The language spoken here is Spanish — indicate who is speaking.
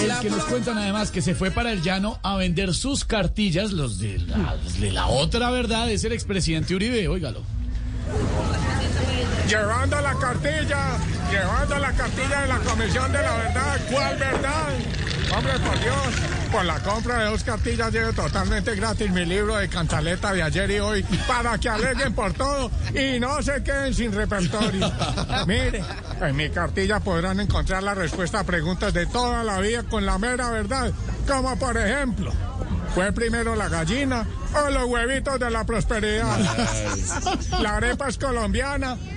Speaker 1: El que nos cuentan además que se fue para el llano a vender sus cartillas, los de la, los de la otra verdad, es el expresidente Uribe, óigalo.
Speaker 2: Llevando la cartilla, llevando la cartilla de la Comisión de la Verdad, ¿cuál verdad? Hombre, por Dios, por la compra de dos cartillas llevo totalmente gratis mi libro de cantaleta de ayer y hoy para que aleguen por todo y no se queden sin repertorio. Mire, en mi cartilla podrán encontrar la respuesta a preguntas de toda la vida con la mera verdad, como por ejemplo, ¿fue primero la gallina o los huevitos de la prosperidad? ¿La arepa es colombiana